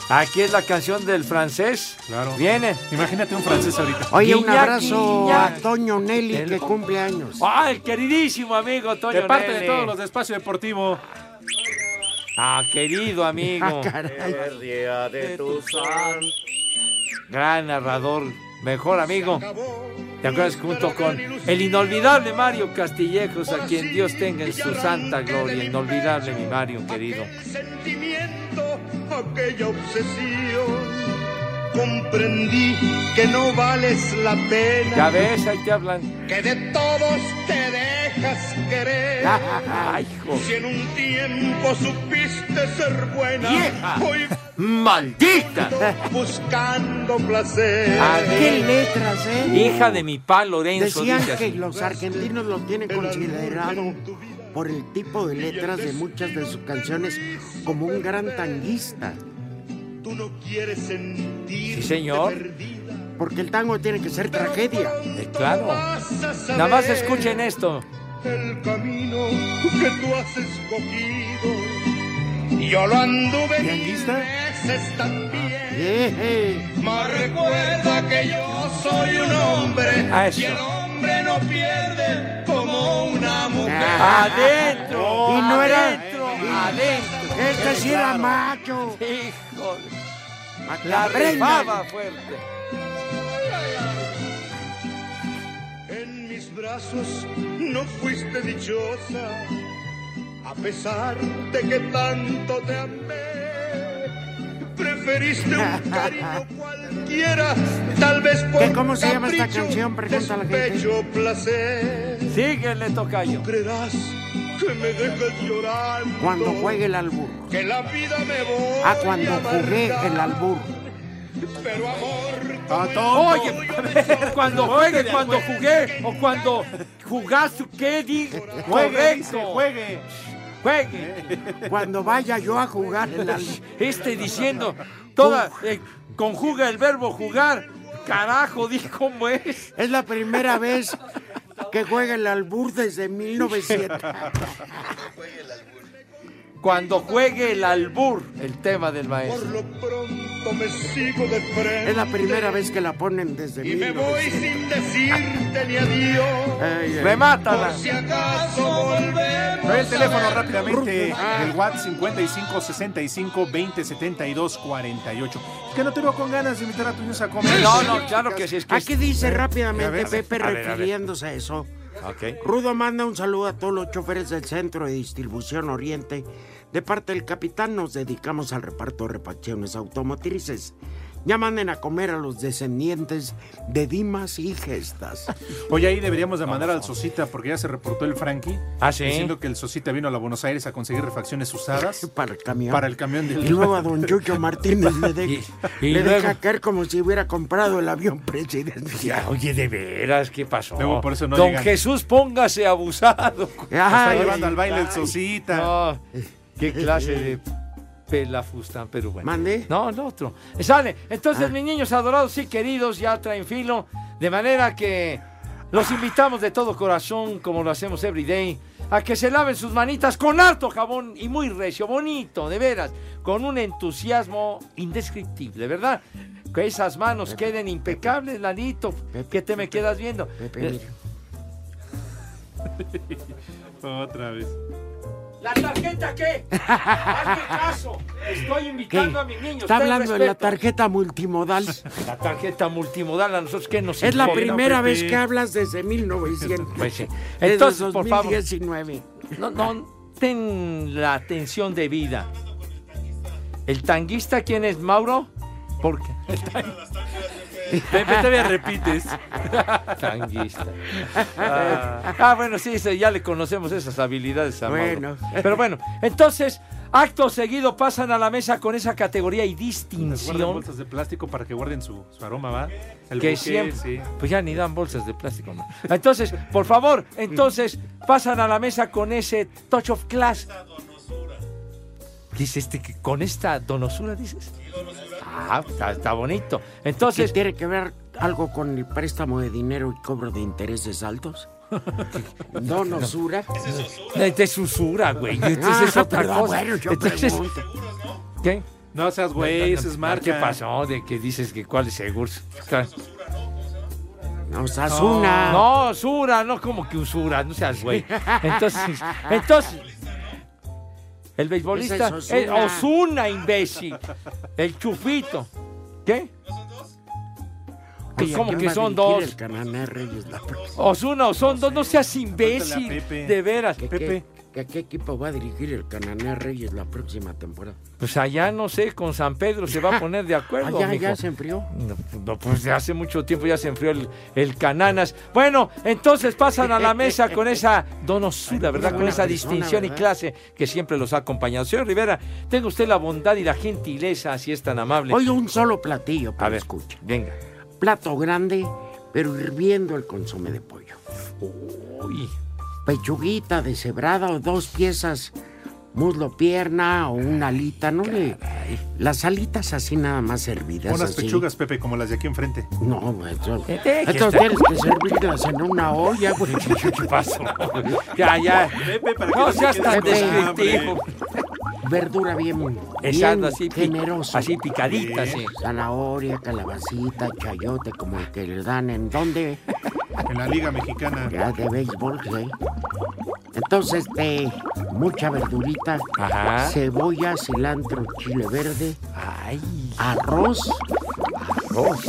Aquí es la canción del francés.
Claro.
Viene.
Imagínate un francés ahorita.
Oye, un
Guiñac,
abrazo
Guiñac.
a Toño Nelly, que cumple años.
Ah, el queridísimo amigo Toño
De parte de
Nelly.
todos los de Espacio Deportivo.
Ah, querido
Ah,
amigo.
El
día de tu Gran narrador, mejor amigo. ¿Te acuerdas junto con el inolvidable Mario Castillejos, a quien Dios tenga en su santa gloria? Inolvidable mi Mario, querido.
sentimiento, aquella obsesión. Comprendí que no vales la pena.
Ya ves, ahí te hablan.
Que de todos te dejas querer.
Ay, hijo.
Si en un tiempo supiste ser buena,
Vieja.
hoy
¡Maldita!
buscando placer.
¿Qué letras, eh?
Hija de mi pa Lorenzo,
Decían
dice
que
así.
los argentinos lo tienen considerado por el tipo de letras de muchas de sus canciones como un gran tanguista.
Tú no quieres sentir.
Sí, señor.
Porque el tango tiene que ser tragedia.
Eh, claro. Nada más escuchen esto.
el camino que tú has escogido. Yo lo anduve mil veces
Ah, eh,
también. Mas recuerda que yo soy un hombre
Ah, eso.
y el hombre no pierde como una mujer.
Ah, Adentro.
Y no era-
Adentro. Adentro.
Este sí era
Claro.
macho.
Híjole. La
La Brenda.
rifaba fuerte.
En mis brazos no fuiste dichosa, a pesar de que tanto te amé. Preferiste un cariño cualquiera, tal vez por
¿Qué, cómo se llama esta
capricho,
canción? Pregunta la gente.
despecho, placer.
Síguele, tocayo.
Creerás que me dejas llorando,
Cuando juegue el albur.
que la vida me voy
Ah, cuando
a
jugué
amargar,
el albur.
pero amor,
Oye, a ver, cuando juegue, cuando jugué o cuando jugaste, ¿qué digo?
Juegue, dice,
Correcto.
juegue.
Juegue.
Cuando vaya yo a jugar el albur.
Este diciendo, toda, eh, conjuga el verbo jugar. Carajo, di cómo es.
Es la primera vez que juega el albur desde 1900.
Cuando juegue el albur, el tema del maestro.
pronto me sigo de frente.
Es la primera vez que la ponen desde
Y me voy
1900.
sin decirte ni adiós.
Ay, ay.
Remátala.
Por si acaso volvemos.
Ve el teléfono
a ver.
rápidamente.
Ah,
El WhatsApp 55 65 20 72 48. Es que no te veo con ganas de invitar a tu a comer.
No, no, claro que sí. Es que
Aquí dice rápidamente
A ver, a ver,
Pepe
a ver, a ver.
refiriéndose a eso.
Ok.
Rudo manda un saludo a todos los choferes del Centro de Distribución Oriente. De parte del capitán nos dedicamos al reparto de repacciones automotrices. Ya manden a comer a los descendientes de Dimas y Gestas.
Oye, ahí deberíamos de mandar al Sosita porque ya se reportó el Frankie.
Ah, sí.
Diciendo que el Sosita vino a la Buenos Aires a conseguir refacciones usadas.
Para el camión.
Para el camión de-
Y luego a don Chucho Martínez le, de-
y
le deja
luego-
caer como si hubiera comprado el avión presidencial.
Oye, de veras, ¿qué pasó?
Luego por eso no
Don
llegan.
Jesús, póngase abusado.
Está
Ay,
llevando al baile el
ay.
Sosita.
No, qué clase de pelafustán, pero bueno.
¿Mande?
No, el otro. Sale. Entonces, mis niños adorados y queridos, ya traen filo. De manera que los invitamos de todo corazón, como lo hacemos every day, a que se laven sus manitas con harto jabón y muy recio, bonito, de veras, con un entusiasmo indescriptible, ¿verdad? Que esas manos queden impecables, Lalito. que te me quedas viendo. Eh,
Otra vez.
¿La tarjeta qué? Hazme caso. Estoy invitando a mis niños.
Está
ten
hablando de la
respeto.
tarjeta multimodal.
La tarjeta multimodal a nosotros que nos
Es la
importa,
primera
Pepe?
vez que hablas desde 1900.
Pues sí.
Desde
Entonces, por favor.
2019.
No, no, ten la atención debida. ¿El tanguista quién es, Mauro? Porque.
Pepe, todavía repites.
Tanguista. Ah, ah, bueno, sí, sí, ya le conocemos esas habilidades a Mauro.
Bueno.
Pero bueno, entonces, acto seguido pasan a la mesa con esa categoría
Las
y
guardan en
distinción
bolsas de plástico para que guarden su, su aroma, ¿va? El
que
bouquet,
siempre.
sí.
Pues ya ni dan bolsas de plástico, man. Entonces, por favor, entonces pasan a la mesa con ese touch of class. Dice este que con esta donosura, dices. Ah, está, está bonito. Entonces.
¿Qué tiene que ver algo con el préstamo de dinero y cobro de intereses altos? Donosura.
Es de susura, güey. Entonces
Ah,
es otra
pero
cosa.
bueno, yo
Entonces,
pregunto.
¿Qué?
No seas güey, esa es marca.
¿Qué pasó? De que dices que cuál es seguro.
No, Sasuna.
No, usura, no como que usura, no seas güey. Entonces, entonces. El beisbolista
Ese es
es
Ozuna.
Osuna, imbécil. El chufito. ¿Qué?
Oye,
Pues, ¿Cómo
¿quién
que
va a
son
dirigir
dos?
El Canané Reyes la próxima?
Osuna, Osón, dos, no seas imbécil.
Pregúntale a Pepe.
De veras,
¿Que
Pepe.
¿Qué, que a qué equipo va a dirigir el Canané Reyes la próxima temporada?
Pues allá no sé, con San Pedro se va a poner de acuerdo.
Allá
mijo.
Ah, ya se enfrió.
No, no, pues de hace mucho tiempo ya se enfrió el, el cananas. Bueno, entonces pasan a la mesa con esa donosura, ¿verdad? Con esa distinción y clase que siempre los ha acompañado. Señor Rivera, tenga usted la bondad y la gentileza, si es tan amable.
Oye, un solo platillo,
a
para
ver,
escuchar.
Venga.
Plato grande, pero hirviendo el consomé de pollo.
Uy.
Pechuguita deshebrada o dos piezas, muslo pierna o una alita, no le... Las alitas así nada más hervidas.
Pon las
así.
pechugas, Pepe, como las de aquí enfrente.
No, güey. eso-
que
Entonces
estar-
tienes que servirlas en una olla, güey.
¿Qué pasó? Ya, ya.
Pepe, para que
No
se
seas
quede
tan
Este,
con hambre.
descriptivo.
Verdura bien, bien
Exacto, así pi-
generosa.
así picadita, sí.
Zanahoria, calabacita, chayote, como el que le dan en dónde.
En la Liga Mexicana.
Ya de béisbol, sí. Entonces, este, mucha verdurita,
Ajá.
cebolla, cilantro, chile verde, arroz, arroz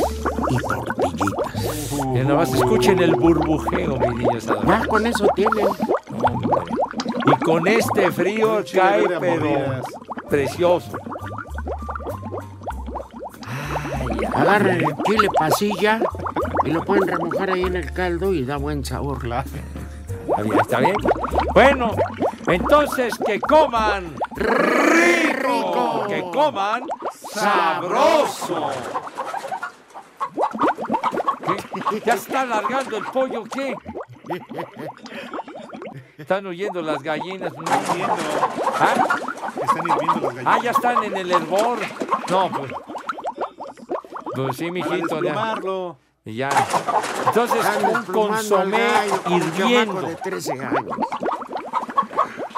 y tortillitas.
Ya nada más escuchen el burbujeo, mis niños.
Ya con eso tienen.
Y con este frío
Un chile
cae,
verde a
pero
mordidas.
precioso.
Agarran el chile pasilla y lo pueden remojar ahí en el caldo y da buen sabor.
Está bien, está bien. Bueno, entonces que coman rico, que coman sabroso. ¿Qué? Ya está alargando el pollo, ¿qué? Están huyendo las gallinas. ¿no? ¿Ah?
Están hirviendo las gallinas.
Ah, ya están en el hervor. No, pues. Pues sí, mijito. Ya.
desplumarlo.
Y ya. Entonces,
Están
un
desplumando al
consomé
gallo como un chamaco
hirviendo.
de 13 años.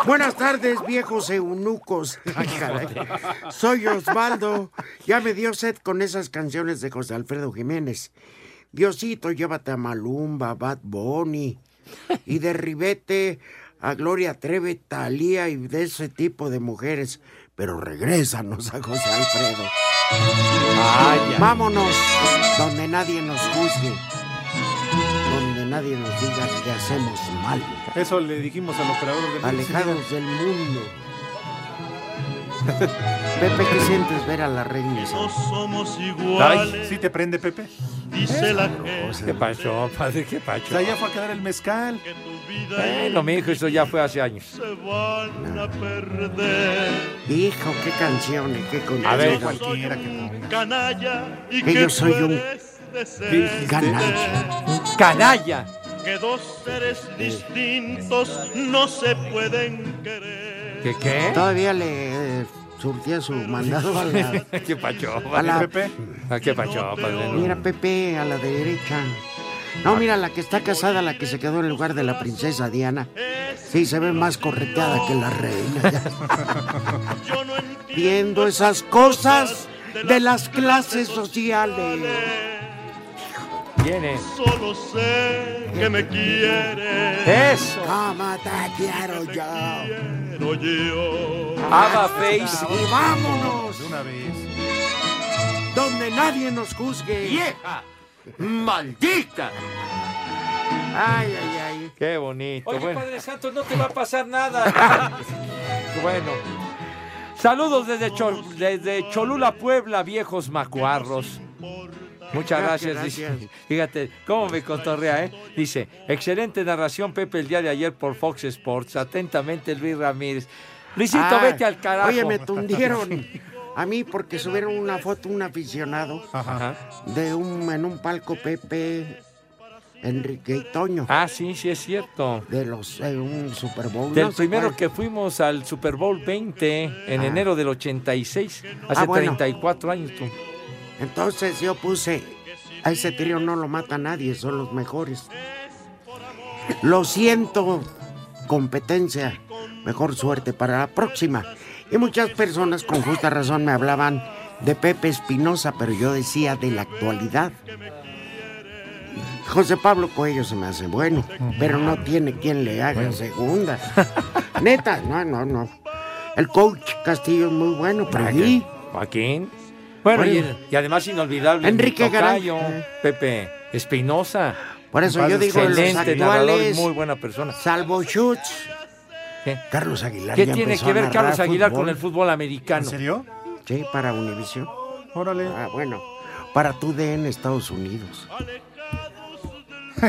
Buenas tardes, viejos eunucos. Ay, caray. Soy Osvaldo. Ya me dio sed con esas canciones de José Alfredo Jiménez. Diosito, llévate a Malumba, Bad Bunny. Y de ribete a Gloria Treve, Talía y de ese tipo de mujeres. Pero regrésanos a José Alfredo. Vámonos donde nadie nos juzgue. Donde nadie nos diga que hacemos mal.
Eso le dijimos al operador de
Alejados del mundo. Pepe, ¿qué sientes ver a la reina? Isabel?
somos
Ay, ¿sí te prende, Pepe?
dice la gente.
¿Qué pacho, padre? ¿Qué
O
pacho?
sea, ya fue a quedar el mezcal.
Bueno, mi hijo, eso ya fue hace años.
Se van a perder.
Hijo, qué canciones, ¿eh? qué
A ver,
canciones.
Cualquiera que
Canalla y
Que
que
yo soy un
canalla.
¡Canalla!
Que dos seres distintos no se pueden
¿Qué qué?
Todavía le eh, surtía su mandado a la...
¿Qué pacho,
A la-
padre? Ah, ¿Qué pacho, padre? No.
Mira, Pepe, a la derecha. No, mira, la que está casada, la que se quedó en lugar de la princesa Diana. Sí, se ve más correteada que la reina. Viendo esas cosas, de las clases sociales.
Viene.
Solo sé que me quieres.
Eso.
Como te quiero yo.
Quiero yo.
Abba Face.
Y vámonos.
una vez.
Donde nadie nos juzgue.
¡Vieja! ¡Maldita!
Ay, ay, ay.
Qué bonito.
Oye,
bueno,
Padre Santo, no te va a pasar nada.
bueno. Saludos desde, Chol- desde Cholula, Puebla, viejos macuarros. Muchas gracias, dice. Fíjate, cómo me cotorrea, ¿eh? Dice, excelente narración, Pepe, el día de ayer por Fox Sports. Atentamente, Luis Ramírez. Luisito,
Ah,
vete al carajo.
Oye, me tundieron. A mí porque subieron una foto un aficionado de un en un palco Pepe Enrique y Toño
Ah, sí, sí, es cierto.
de los eh, un Super Bowl.
Del
no sé
primero
cuál.
que fuimos al Super Bowl 20 en
Ah.
enero del 86, hace
Ah, bueno.
34 años. tú.
Entonces yo puse a ese trío no lo mata nadie, son los mejores. Lo siento, competencia. Mejor suerte para la próxima. Y muchas personas con justa razón me hablaban de Pepe Espinosa, pero yo decía de la actualidad. José Pablo Coello se me hace bueno, pero no tiene quien le haga segunda. Neta, no, no, no. El coach Castillo es muy bueno, pero ahí.
Joaquín. Bueno, y,
Bueno.
y además inolvidable.
Enrique
mi tocayo,
Garay.
Pepe Espinosa.
Por eso yo digo de los
excelente narrador,
actuales.
muy buena persona.
Salvo Schutz. Carlos Aguilar.
¿Qué
ya
tiene
empezó
que
a
ver
narrar
Carlos Aguilar
fútbol.
con el fútbol americano?
¿En serio? Sí, para Univisión.
Órale.
Ah, bueno. Para tu DN Estados Unidos.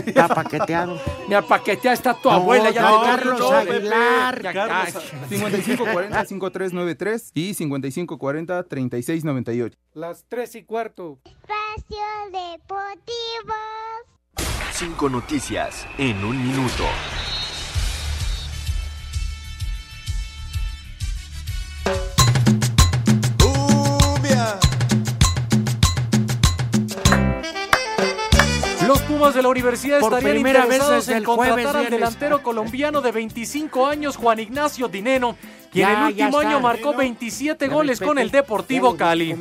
Está paqueteado.
Mira, paquetea está tu
No,
abuela. Ya
no,
le-
Carlos Aguilar.
Ya-
Carlos
Ay.
5540-5393 y 5540-3698.
Las tres y cuarto.
Espacio Deportivo.
Cinco noticias en un minuto.
Los Pumas de la universidad
Por
estarían
primera vez
interesados
desde
en
el jueves,
contratar al
viernes.
delantero colombiano de 25 años, Juan Ignacio Dineno, quien
Ya,
el
ya
último
está.
año marcó 27
Ya
goles
me
con
pepe.
el Deportivo Cali.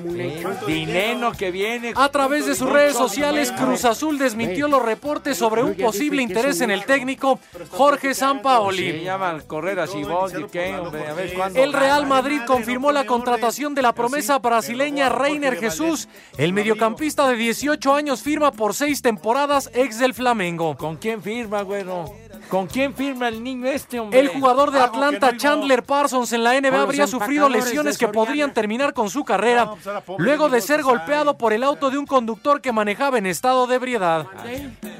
Dineno que viene.
A través de sus redes
eh.
sociales, Cruz Azul desmintió los reportes sobre un posible interés en el técnico Jorge
Se
Sampaoli.
llaman correr así vos y qué, hombre, a ver cuándo.
El Real Madrid confirmó la contratación de la promesa brasileña Reiner Jesús. El mediocampista de 18 años firma por seis temporadas ex del Flamengo.
¿Con quién firma, güero? ¿Con quién firma el niño este, hombre?
El jugador de Atlanta, Chandler Parsons, en la NBA
Con los
habría sufrido
empacadores
lesiones
de
que
Soriana.
podrían terminar con su carrera
pues, ahora pobre
luego de
Diego
ser golpeado por el auto de un conductor que manejaba en estado de ebriedad.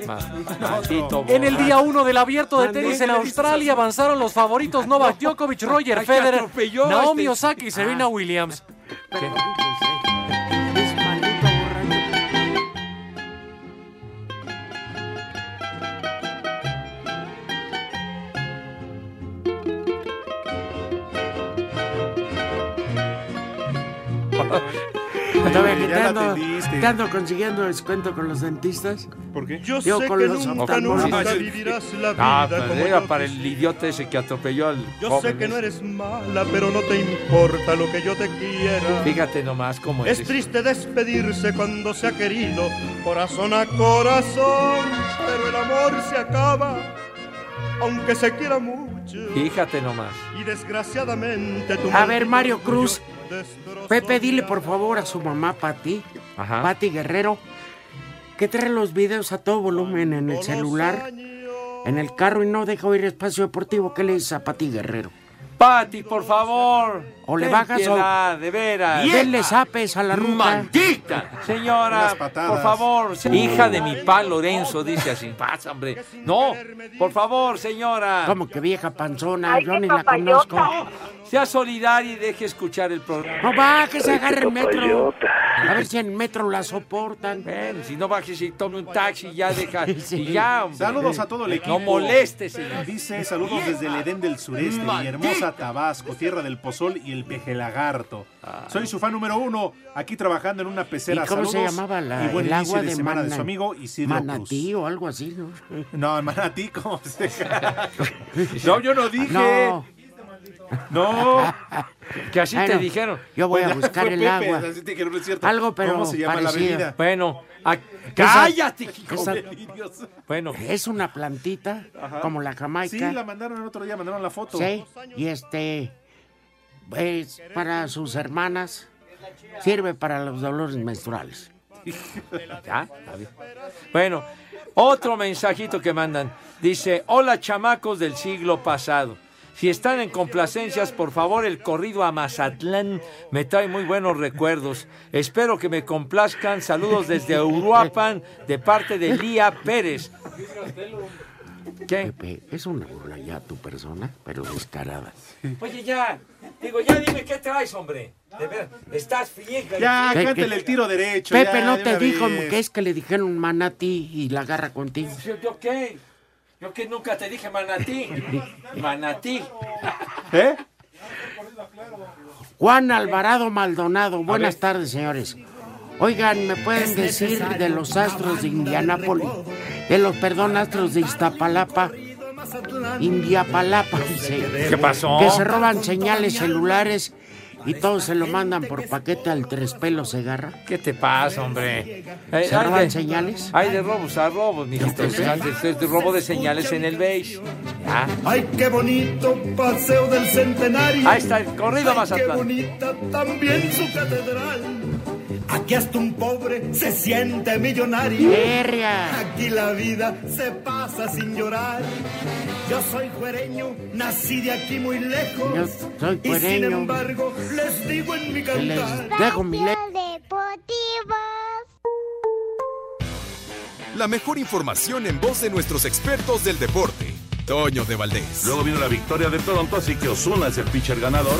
Maldito
En el día 1 del abierto de
Mandé
tenis en
tres.
Australia avanzaron los favoritos Novak Djokovic, Roger
Ay, que
Federer,
atropelló a
Naomi
este.
Osaka y Serena Williams.
Estaba
Ya la
quitando,
atendiste.
¿Te ando consiguiendo descuento con los dentistas?
¿Por qué?
Yo Digo, sé con que los nunca, oftalmólogos. nunca vivirás la vida
Ah, pues
como
era
yo
para el idiota ese que atropelló al
Yo
joven
sé que no
ese.
eres mala, pero no te importa lo que yo te quiera. Este
Fíjate nomás cómo
Es
es.
triste despedirse cuando se ha querido, corazón a corazón, pero el amor se acaba, aunque se quiera mucho.
Fíjate nomás.
Y desgraciadamente tu
A ver,
maldito
Mario
orgullo
Cruz.
destrozó
Pepe, dile
mi
por favor a su mamá, Pati,
Ajá.
Pati Guerrero, que trae los videos a todo volumen en el celular, en el carro y no deja oír espacio deportivo. ¿Qué le dices a Pati Guerrero?
Pati, por favor.
O le
ten
bajas
piedad,
o-
de veras.
Denle zapes a la ruta.
¡Maldita! Señora,
Unas
por
patadas.
favor. se- Hija de mi pa Lorenzo, dice así. Pasa, hombre. No, por favor, señora.
Como que vieja panzona, yo ni la conozco.
Sea solidaria y deje escuchar el programa.
No va, que se agarre el metro. A ver si en metro la soportan.
Bueno, si no bajes y tome un taxi, ya deja.
Sí.
y ya, hombre.
Saludos a todo el equipo.
No moleste, señor.
Dice saludos desde el Edén del Sureste, mi hermosa Tabasco, tierra del pozol y el pejelagarto. Soy su fan número uno, aquí trabajando en una pecera.
Ah. ¿Y cómo se
Saludos
llamaba la-
y buen
el
inicio
agua
de,
de
semana de
Mana-
su amigo Isidro
Manatí o algo así, ¿no?
Cruz. No, Manatí, ¿cómo se No, yo no dije.
Ah, No.
No, que así
Bueno,
te dijeron.
yo
Pues
voy a buscar
fue
el
Pepe,
agua.
así te dijeron, no es cierto.
Algo, pero parecido.
Bueno, a- Ah, cállate, hijo
esa-
de Dios. Bueno,
Es una plantita
Ajá.
como la
Sí,
jamaica.
la mandaron el otro día, mandaron la foto.
Sí, y este es para sus hermanas. Sirve para los dolores menstruales.
Ya, está bien. Bueno, otro mensajito que mandan. Dice, hola chamacos del siglo pasado. Si están en complacencias, por favor, el corrido a Mazatlán me trae muy buenos recuerdos. Espero que me complazcan. Saludos desde Uruapan de parte de Lía Pérez. ¿Qué?
Pepe, es una burla ya tu persona, pero descarada.
Oye, ya, digo, ya dime qué traes, hombre. De ver, estás friega.
Ya,
¿Qué-
cántale
qué?
el tiro derecho.
Pepe
ya,
no
de
te
una
dijo
vez.
que es que le dijeron manatí y la agarra contigo.
Yo, yo qué, yo que nunca te dije manatí. Manatí.
¿Eh? Juan Alvarado Maldonado, buenas tardes, señores. Oigan, ¿me pueden decir de los astros de Indianápolis? De los, perdón, astros de Iztapalapa. Indiapalapa, dice.
¿Qué pasó?
Que se roban señales celulares y todos se lo mandan por paquete al tres pelos Segarra.
¿Qué te pasa, hombre?
¿Se
Eh, hay
roban
de-
señales?
Hay de robos a robos, mijito. O sea, de- de- de robo de señales en el beige. Ya.
Ay, qué bonito paseo del centenario.
Ahí está el corrido
Ay, Qué
Mazatlán.
bonita también su catedral. Aquí hasta un pobre se siente millonario.
Verga.
Aquí la vida se pasa sin llorar. Yo soy juereño, nací de aquí muy lejos.
Yo soy
y sin
juereño.
embargo, les digo en mi
Que les
cantar.
dejo mi le-
La mejor información en voz de nuestros expertos del deporte. Toño de Valdés.
Luego vino la victoria de Toronto, así que Osuna es el pitcher ganador.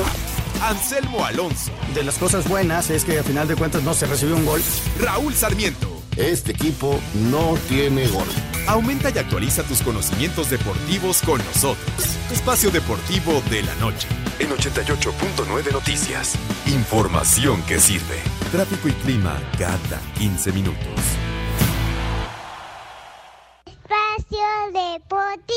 Anselmo Alonso.
De las cosas buenas es que a final de cuentas no se recibió un gol.
Raúl Sarmiento.
Este equipo no tiene gol.
Aumenta y actualiza tus conocimientos deportivos con nosotros. Espacio Deportivo de la Noche.
En 88.9 Noticias.
Información que sirve. Tráfico y clima cada 15 minutos.
Espacio Deportivo.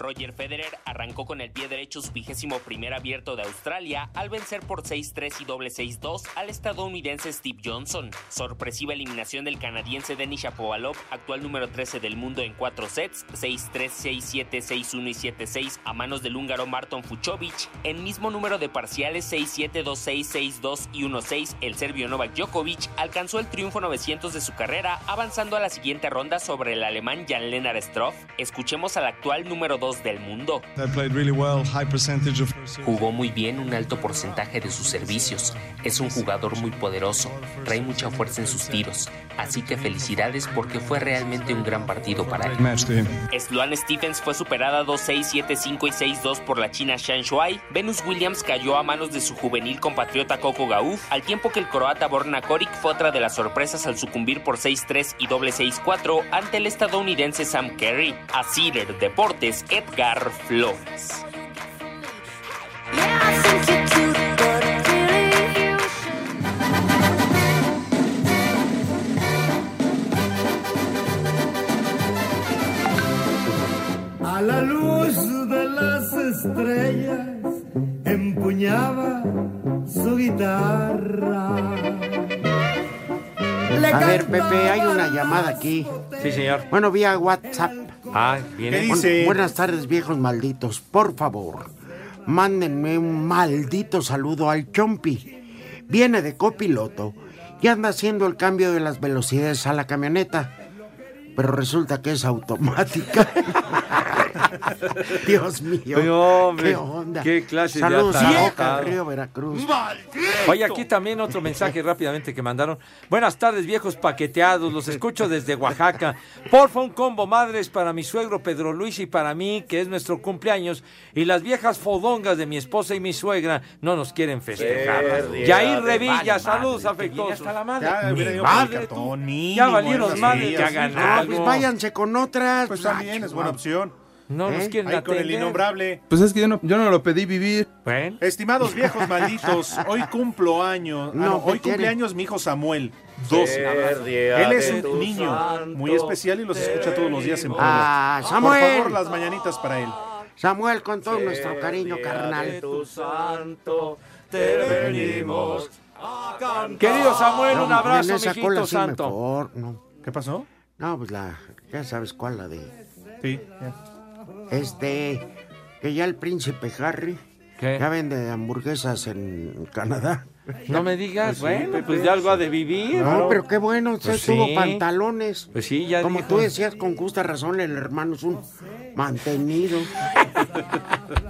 Roger Federer arrancó con el pie derecho su vigésimo primer abierto de Australia al vencer por 6-3 y doble 6-2 al estadounidense Steve Johnson. Sorpresiva eliminación del canadiense Denis Shapovalov, actual número 13 del mundo en cuatro sets, 6-3, 6-7, 6-1 y 7-6 a manos del húngaro Marton Fuchovich. En mismo número de parciales 6-7, 2-6, 6-2 y 1-6, el serbio Novak Djokovic alcanzó el triunfo 900 de su carrera, avanzando a la siguiente ronda sobre el alemán Jan-Lennard Stroff. Escuchemos al actual número 2 del mundo. Jugó muy bien un alto porcentaje de sus servicios. Es un jugador muy poderoso. Trae mucha fuerza en sus tiros. Así que felicidades porque fue realmente un gran partido para él. Sloane Stephens fue superada 2-6, 7-5 y 6-2 por la china Shan Shuai. Venus Williams cayó a manos de su juvenil compatriota Coco Gauff, al tiempo que el croata Borna Koric fue otra de las sorpresas al sucumbir por 6-3 y doble 6-4 ante el estadounidense Sam Kerry. A Cedar Deportes, Edgar Flores.
A la luz de las estrellas empuñaba su guitarra. Le
A ver,
cantaba
Pepe, hay una llamada aquí.
Sí, señor.
Bueno, vía WhatsApp.
Ah, viene.
Bu- Buenas tardes, viejos malditos. Por favor, mándenme un maldito saludo al Chompi. Viene de copiloto y anda haciendo el cambio de las velocidades a la camioneta. Pero resulta que es automática. Dios mío.
Oye, hombre,
¿Qué onda?
qué clase de
Saludos a Boca,
atarantado.
Río Veracruz.
Oye, aquí también otro mensaje rápidamente que mandaron. Buenas tardes, viejos paqueteados. Los escucho desde Oaxaca. Porfa, un combo madres para mi suegro Pedro Luis y para mí, que es nuestro cumpleaños. Y las viejas fodongas de mi esposa y mi suegra no nos quieren festejar.
Verde,
Yair
vale,
Revilla,
vale,
saludos afectuosos.
Ya, hubiera ido por el cartón, mínimo,
Ya valieron
esas
madres,
sillas,
ya
sí.
ganaron.
Ah, pues váyanse con otras.
Pues también es buena opción.
No nos quieren
Ahí con el
atender.
innombrable.
Pues es que yo no, yo no lo pedí vivir.
Bueno.
Estimados viejos malditos, hoy cumplo años. ah,
No,
no,
¿qué
hoy
tiene?
cumple años mi hijo Samuel, 12.
Feliz día
Él es
de tu
un niño
santo
muy especial y los escucha todos los días en Puebla.
Ah, Samuel.
Por favor, las mañanitas para él.
Samuel, con todo nuestro cariño, carnal.
santo te venimos a cantar. Querido Samuel, un
No,
abrazo,
en esa
mijito
cola sí me
santo.
for- no.
¿Qué pasó?
No, pues la, ya sabes cuál, la de...
Sí.
Este, que ya el príncipe Harry... Ya vende hamburguesas en Canadá.
No me digas,
sí,
bueno, pues
Pepe.
de algo ha de vivir.
No, pero qué bueno, usted
Pues
tuvo
sí.
pantalones.
Pues sí, ya
Como
dijo.
tú decías con justa razón, el hermano es un mantenido.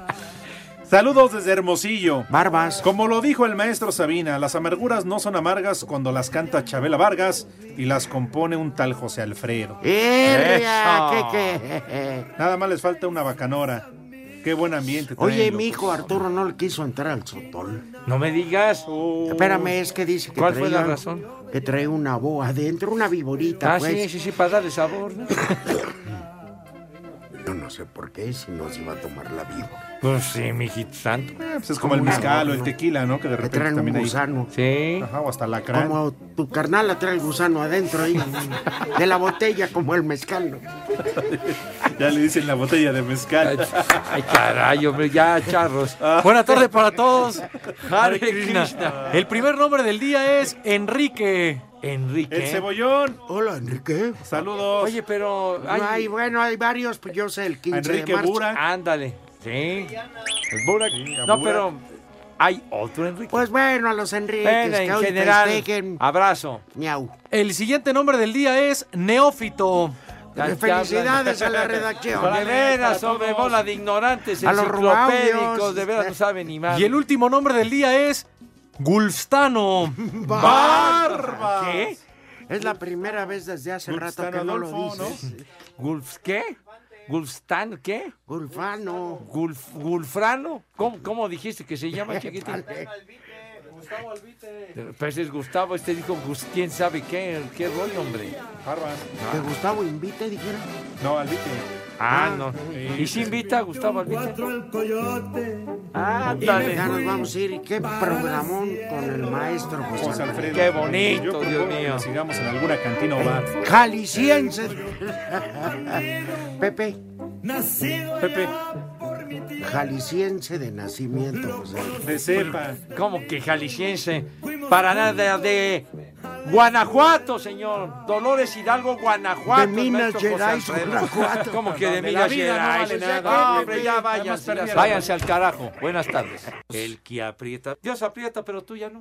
Saludos desde Hermosillo.
Barbas.
Como lo dijo el maestro Sabina, las amarguras no son amargas cuando las canta Chabela Vargas y las compone un tal José Alfredo.
¡Erria!
Eso.
¿Qué, qué?
Nada más les falta una bacanora. Qué buen ambiente.
Oye,
traen,
mi
loco.
hijo Arturo no le quiso entrar al sotol.
No me digas.
Espérame, es que dice que
¿Cuál fue la
traía-
razón?
Que trae una boa adentro, una viborita,
Ah,
pues.
sí, sí, sí, para darle sabor. ¿no?
Yo no sé por qué, si no se iba a tomar la víbora.
Pues sí, mijito santo.
Eh, pues es como el mezcal o el tequila, ¿no? Que de repente
traen un
también hay-
gusano.
Sí.
Ajá, o hasta la
Como tu carnal la trae el gusano adentro ahí, de la botella, como el mezcal. ¿no?
Ya le dicen la botella de mezcal.
Ay, caray, hombre, ya, charros.
Buena tarde para todos.
Ah, Hare
Hare
Krishna.
Krishna. El primer nombre del día es Enrique.
Enrique.
El cebollón.
Hola, Enrique.
Saludos.
Oye, pero.
No hay, bueno, hay varios, pues yo sé el 15 de marzo.
Ándale. Sí. El Burak.
a
no,
Burak.
pero hay otro Enrique.
Pues bueno, a los Enriques,
Bueno,
que
en
hoy
general.
festejen.
Abrazo.
Miau.
El siguiente nombre del día es Neófito.
Ya- ya
Felicidades a
hablan.
la redacción.
De veras, hombre, bola de ignorantes,
A los
enciclopédicos,
romanos.
de veras no saben ni más.
Y el último nombre del día es Gulfstano.
¡Bárbaro!
¿Qué?
Es la primera vez desde hace rato que no lo
Adolfo,
dices.
¿Gulf qué? ¿Gulfstan qué?
Gulfano.
Gulf, ¿Gulfrano? ¿Cómo, cómo dijiste que se llama, chiquito?
Gustavo Albite.
Pues es Gustavo, este dijo, Gus- ¿quién sabe qué? ¿Qué rollo, hombre?
Barbas.
Que Gustavo invite, dijeron.
No, al Vite.
Ah, no. ¿Y si invita a Gustavo Albite? Ándale.
Ya nos vamos a ir. Qué programón con el maestro
José
José
Alfredo.
Qué bonito,
Yo propongo
Dios
que
mío.
nos sigamos en alguna cantina o bar.
Jalisciense. Pepe.
Pepe.
Jalisciense de nacimiento, José.
De cepa.
¿Cómo que jalisciense? Para nada de Guanajuato, señor. Dolores Hidalgo, Guanajuato.
De Minas
el maestro José
Gerais,
Alfredo.
Guanajuato.
¿Cómo que de
Donde
Minas
la vida no
Gerais?
vale nada.
No, hombre, ya
Nada más
váyanse.
perdieron.
Váyanse al carajo. Buenas tardes. El que aprieta. Dios aprieta, pero tú ya no.